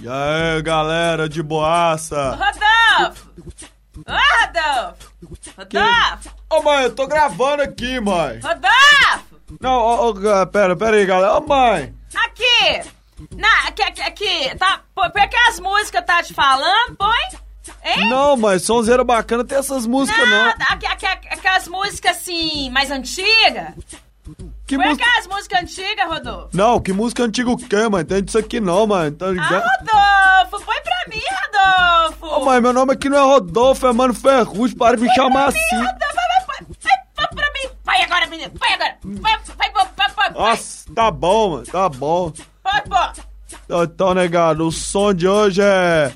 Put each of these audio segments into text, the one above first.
E aí, galera de boaça? Rodolfo! Ô, Rodolfo! Rodolfo! Ô, mãe, eu tô gravando aqui, mãe. Rodolfo! Não, ô, ô, ga- pera, pera aí, galera. Ô, mãe. Aqui! Na, aqui, aqui, aqui! Tá, pô, por que as músicas tá te falando, põe? Hein? Não, mãe, sonzeira bacana tem essas músicas, não. Aqui, aqui, aqui, aquelas músicas assim, mais antigas. Que Por música... que as músicas antigas, Rodolfo? Não, que música antiga o quê, mãe? Tem disso aqui não, mãe. Tá ligado? Ah, Rodolfo! Põe pra mim, Rodolfo! Ô, mãe, meu nome aqui não é Rodolfo, é Mano Ferrugem. Para de me chamar assim. Rodolfo, vai, vai, vai, vai pra mim! Vai agora, menino! Vai agora! Vai, vai, vai, vai, vai! vai. Nossa, tá bom, mano, tá bom. Põe, põe! Então, negado, o som de hoje é.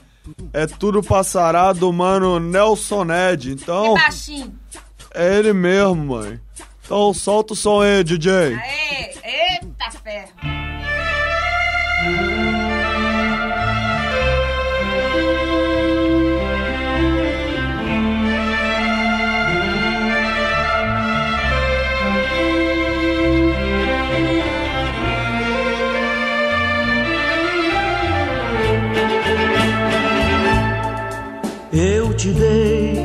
É tudo passará do mano Nelson Ned. Então, E baixinho! é ele mesmo, mãe. Então, solta o som aí, DJ. Aê! Eita ferro! Eu te dei,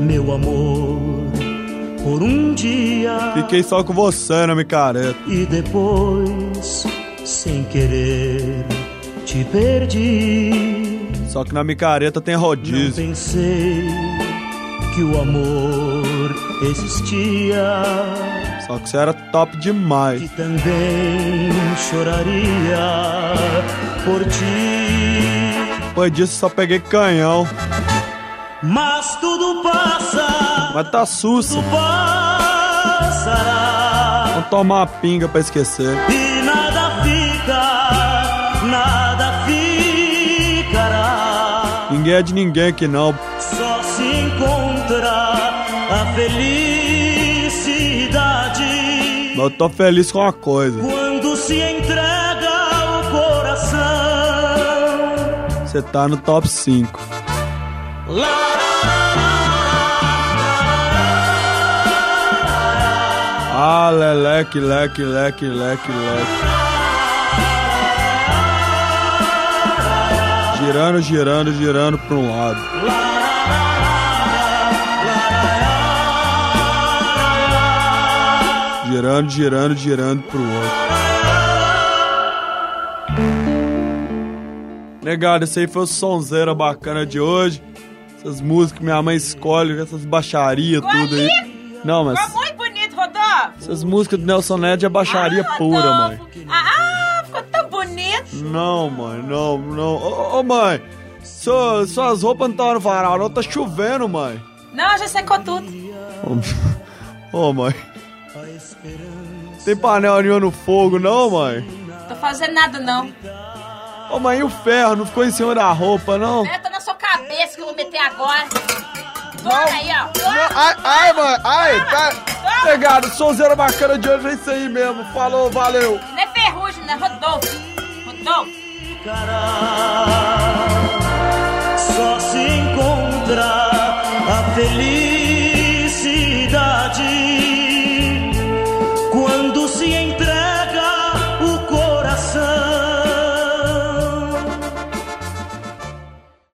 meu amor, por um dia Fiquei só com você, né, micareta? e depois, sem querer, te perdi. Só que na micareta tem Não rodízio. pensei que o amor existia, Só que você era top demais. que também choraria por ti. Depois disso, só peguei canhão. Mas tudo passa, Mas tá sussa. tudo passará. Vou tomar uma pinga pra esquecer. E nada fica, nada ficará. Ninguém é de ninguém aqui não. Só se encontra a felicidade Mas eu tô feliz com uma coisa. quando se entrega o coração. Você tá no top 5. Ah, leleque, leque, leque, leque, leque. Girando, girando, girando pra um lado. Girando, girando, girando pro outro. Negado, esse aí foi o sonzeira bacana de hoje. Essas músicas que minha mãe escolhe, essas baixarias, tudo aí. Não, mas. Ficou muito bonito, Rodolfo! Essas músicas do Nelson Ned é baixaria Ah, pura, Rodolfo. mãe. Ah, ah, ficou tão bonito! Não, mãe, não, não. Ô, ô, mãe, sua- suas roupas não estão no varal, não. Tá chovendo, mãe. Não, já secou tudo. Ô, ô, mãe. Tem panela nenhuma no fogo, não, mãe? Tô fazendo nada, não. Ô, mãe, e o ferro? Não ficou em cima da roupa, não? É, tá na sua cabeça que eu vou meter agora. Bora aí, ó. Não, ai, ai, mãe, ai, tá. Pegado, sonzeira bacana de hoje é isso aí mesmo. Falou, valeu. Não é ferrugem, né? Rodolfo. Rodolfo. Só se encontra a felicidade.